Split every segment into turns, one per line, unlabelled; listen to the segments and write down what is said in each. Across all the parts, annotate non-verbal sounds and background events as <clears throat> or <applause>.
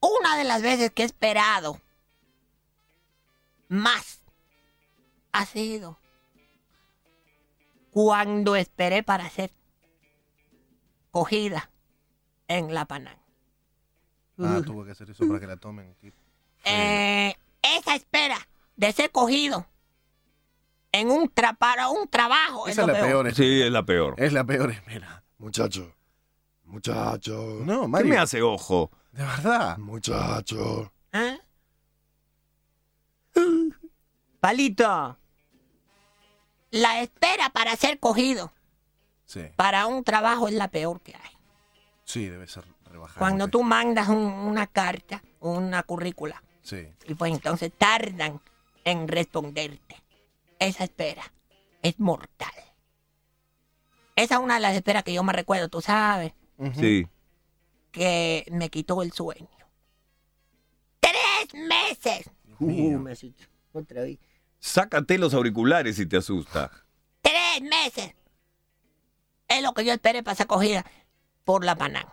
una de las veces que he esperado más ha sido cuando esperé para ser cogida en la Panam.
Ah, tuvo que hacer eso para que la tomen. Qué feo.
Eh, esa espera de ser cogido en un tra- para un trabajo
Esa
es
es
lo
la
peor.
peor. Es,
Sí, es la peor.
es la peor, espera.
Muchacho. Muchacho.
No,
¿Qué
Mario.
me hace ojo?
De verdad.
Muchacho.
¿Eh? Palito. La espera para ser cogido
Sí,
para un trabajo es la peor que hay.
sí, debe ser rebajante.
Cuando tú mandas un- una carta o una currícula
Sí.
y pues entonces tardan en responderte. Esa espera es mortal. Esa es una de las esperas que yo me recuerdo, tú sabes,
Ujú.
Sí.
que me quitó el sueño. ¡Tres meses!
mío.
me asustó. Otra vez.
Sácate los auriculares si te asusta.
Tres meses. Es lo que yo esperé para esa cogida por la Panam.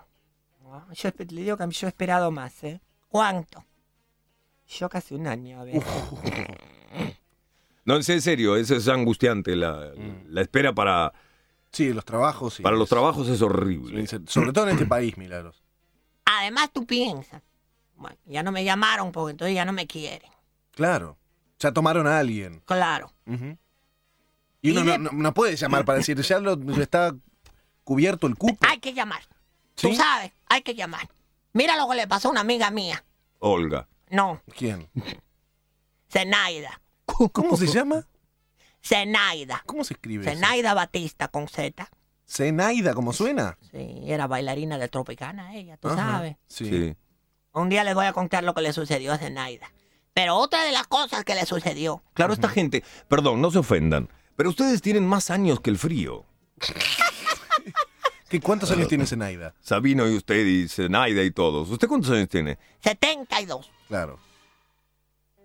Ah, Yo espe- le digo que yo he esperado más, ¿eh? ¿Cuánto? Yo casi un año, a ver.
No, en serio, eso es angustiante. La, la espera para,
Sí, los trabajos. Mm. Sí,
para los
es-
trabajos es horrible.
sí, Sobre todo en
<clears throat>
este país, Milagros.
Además, tú piensas. Bueno, ya no me llamaron porque entonces ya no me quieren.
Claro. Ya tomaron a alguien.
Claro.
Ujú. Y uno
Y
no,
de-
no- no puede llamar para decir, ya lo- ya está cubierto el cupo.
Hay que llamar. Tú
¿Sí?
sabes, hay que llamar. Mira lo que le pasó a una amiga mía.
Olga.
No,
<laughs>
¿Quién?
Zenaida.
¿Cómo se llama?
Zenaida.
¿Cómo se escribe? eso?
Zenaida Batista con Z.
Zenaida, ¿cómo suena?
Sí, era bailarina de Tropicana ella, tú
Ajá,
sabes.
Sí.
sí.
Un día les voy a contar lo que le sucedió a Zenaida. Pero otra de las cosas que le sucedió.
Claro, esta gente, perdón, no se ofendan, pero ustedes tienen más años que el frío.
¿Qué- ¿Cuántos
<laughs>
años tiene Zenaida?
Sabino y usted y Zenaida y todos. ¿Usted cuántos años tiene?
72,
Claro.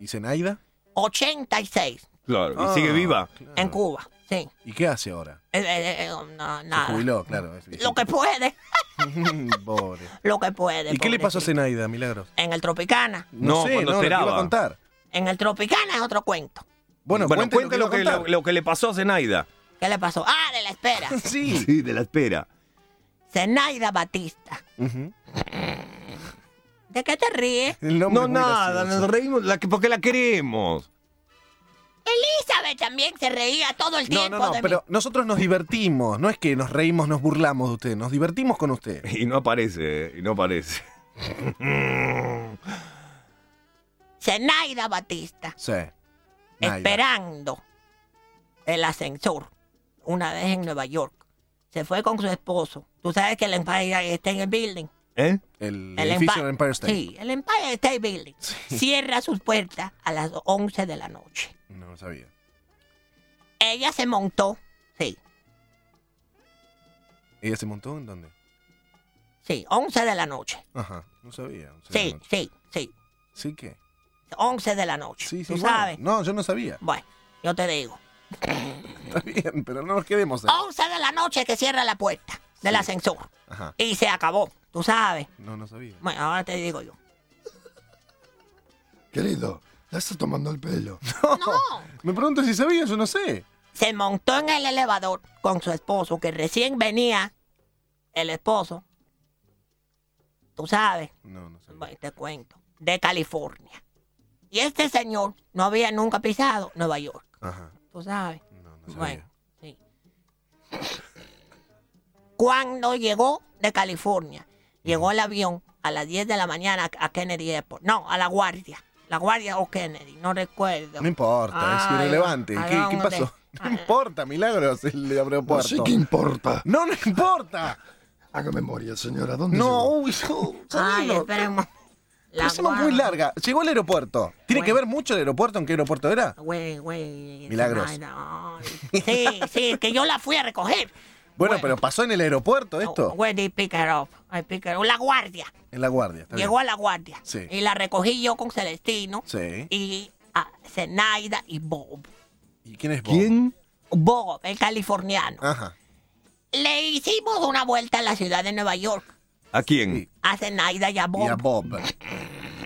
¿Y Zenaida?
86,
Claro. ¿Y
Ah,
sigue viva?
claro.
en Cuba. Sí.
¿Y qué hace ahora?
Eh, eh, eh, no, nada.
Se jubiló, claro. es-
Lo que puede,
<laughs>
<laughs>
Pobre.
lo que puede.
¿Y qué le pasó a
pobrecito.
Zenaida, Milagros?
En el Tropicana.
No, cuando
lo que
esperaba.
iba a contar.
En el Tropicana es otro cuento.
Bueno,
bueno
cuente
cuente lo que,
iba a
lo,
contar.
lo que le pasó a Zenaida.
¿Qué le pasó? Ah, de la
<laughs>
espera.
<laughs>
Sí.
de la espera.
Zenaida Batista.
Ujú.
¿De qué te ríes?
El nombre
No,
es muy
nada,
gracioso.
nos reímos la que- porque la queremos.
Elizabeth también se reía todo el
No,
tiempo
no, no,
de mí.
pero nosotros nos divertimos. No es que nos reímos, nos burlamos de usted. Nos divertimos con usted.
Y no aparece, eh, y no aparece.
Zenaida Batista.
Sí. Naida.
esperando el ascensor una vez en Nueva York. Se fue con su esposo. Tú sabes que el Empire State Building.
¿Eh?
El,
El Empi-
edificio del Empire State.
Sí, el Empire State Building. Cierra sus puertas a las 11 de la noche.
No lo sabía.
Ella se montó. Sí,
¿Ella se montó en dónde?
sí, 11 de la noche.
Ajá. No sabía. no sabía.
Sí, sí, sí.
¿Sí qué?
11 de la noche.
Sí, sí.
Tú
bueno.
sabes.
No, yo no sabía.
Bueno, yo te digo.
Está bien, pero no nos quedemos ahí.
11 de la noche que cierra la puerta del ascensor.
Ajá.
Y se acabó. Tú sabes.
No, no sabía.
Bueno, ahora te
<laughs>
digo yo.
Querido, la estás tomando el pelo.
No.
<laughs> Me pregunto si sabía, yo no sé.
se montó en el elevador con su esposo, que recién venía el esposo, tú sabes,
No, no sabía.
bueno, te cuento, de California. Y este señor no había nunca pisado Nueva York,
Ajá.
tú sabes.
No, no sabía.
Bueno, sí. Cuando llegó de California, llegó el avión a las 10 de la mañana a Kennedy Airport. No, a la guardia. La guardia o Kennedy, no recuerdo.
No importa,
Ay,
es irrelevante.
ay,
¿Qué,
vamos
qué
de-
pasó? No importa, milagros, el
No sé
aeropuerto.
qué importa.
No, no importa.
Haga memoria, señora. ¿Dónde
No,
llegó?
uy, no,
Ay,
sabelo.
esperemos.
La hacemos
guardia.
muy larga. Llegó al aeropuerto. ¿Tiene
Bueno.
que ver mucho el aeropuerto? ¿En qué aeropuerto era?
Güey, güey.
Milagros.
Ay, no. Sí, sí, que yo la fui a recoger.
Bueno,
Bueno. Oh,
pero pasó en el aeropuerto esto.
Where did pick her up? I pick her up. La guardia.
En la guardia. está bien.
Llegó a la guardia.
Sí.
Y la recogí yo con Celestino.
Sí.
Y a Zenaida y Bob.
¿Y quién es vos?
¿Quién?
Bob, el californiano.
Ajá.
Le hicimos una vuelta a la ciudad de Nueva York.
¿A quién?
Sí.
A Zenaida y a Bob.
Y a Bob.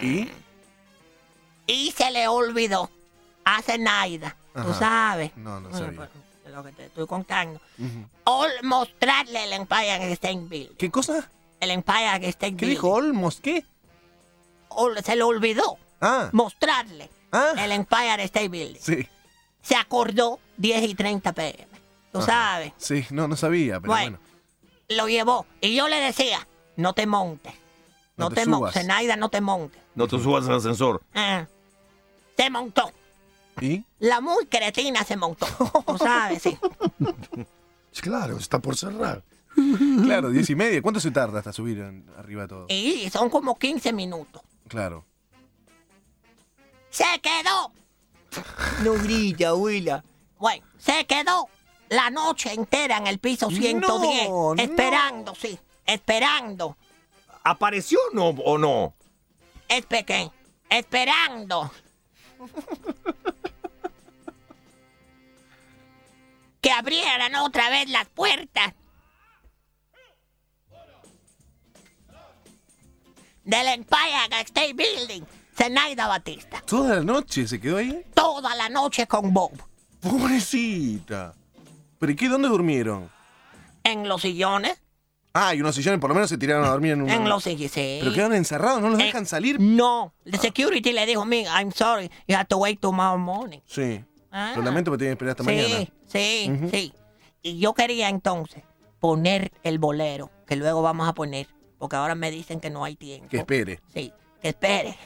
¿Y?
Y se le olvidó. Hace nada. Tú
Ajá.
sabes.
No, no
Bueno,
sabía.
pues, es lo que te estoy contando.
Ujú.
Ol mostrarle el Empire State Building.
¿Qué cosa?
El Empire State
¿Qué
Building.
dijo Olmos? ¿Qué?
Ol- se le olvidó
Ah,
mostrarle
ah,
el Empire State Building.
sí,
Se acordó 10 y 30 pm. Tú
Ajá.
sabes.
sí, no, no sabía, pero
Bueno.
bueno.
Lo llevó. Y yo le decía, no te montes. No,
No
te,
te
montes.
subas.
Zenaida, no te montes.
No te subas al ascensor.
Ah. Se montó.
¿Y?
La muy cretina se montó. Tú sabes,
<laughs>
sí.
Claro, está por cerrar.
Claro, diez y media. ¿Cuánto se tarda hasta subir en- arriba todo?
Y son como 15 minutos.
Claro.
¡Se quedó! No grita, abuela. Bueno, se quedó la noche entera en el piso 110.
No, no.
esperando, sí. Esperando.
¿Apareció o no? ¿O no?
Es pequeño. Esperando. <laughs> que abrieran otra vez las puertas. Del Empire State Building, Zenaida Batista.
¿Toda la noche se quedó ahí?
Toda la noche con Bob.
Pobrecita. ¿Pero y qué? ¿Dónde durmieron?
En los sillones,
Ah, y unos sillones por lo menos se tiraron a dormir en un...
en los sillones. sí.
Mm. Pero quedaron encerrados, no los
Eh,
dejan salir.
No, the security le dijo, me, I'm sorry, you have to wait tomorrow morning.
Sí.
Ah.
Lo lamento, pero tienen que esperar hasta mañana.
Sí, sí,
Ujú.
sí. Y yo quería entonces poner el bolero, que luego vamos a poner, porque ahora me dicen que no hay tiempo.
Que espere,
Sí, que espere.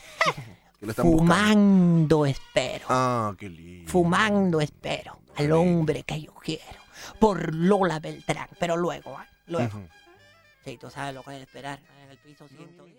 que lo están buscando.
Fumando espero.
Ah, qué lindo.
Fumando espero al hombre que yo quiero. Por Lola Beltrán. Pero luego, ¿ah? luego.
Ujú.
Sí, tú sabes lo que es esperar en el piso 110.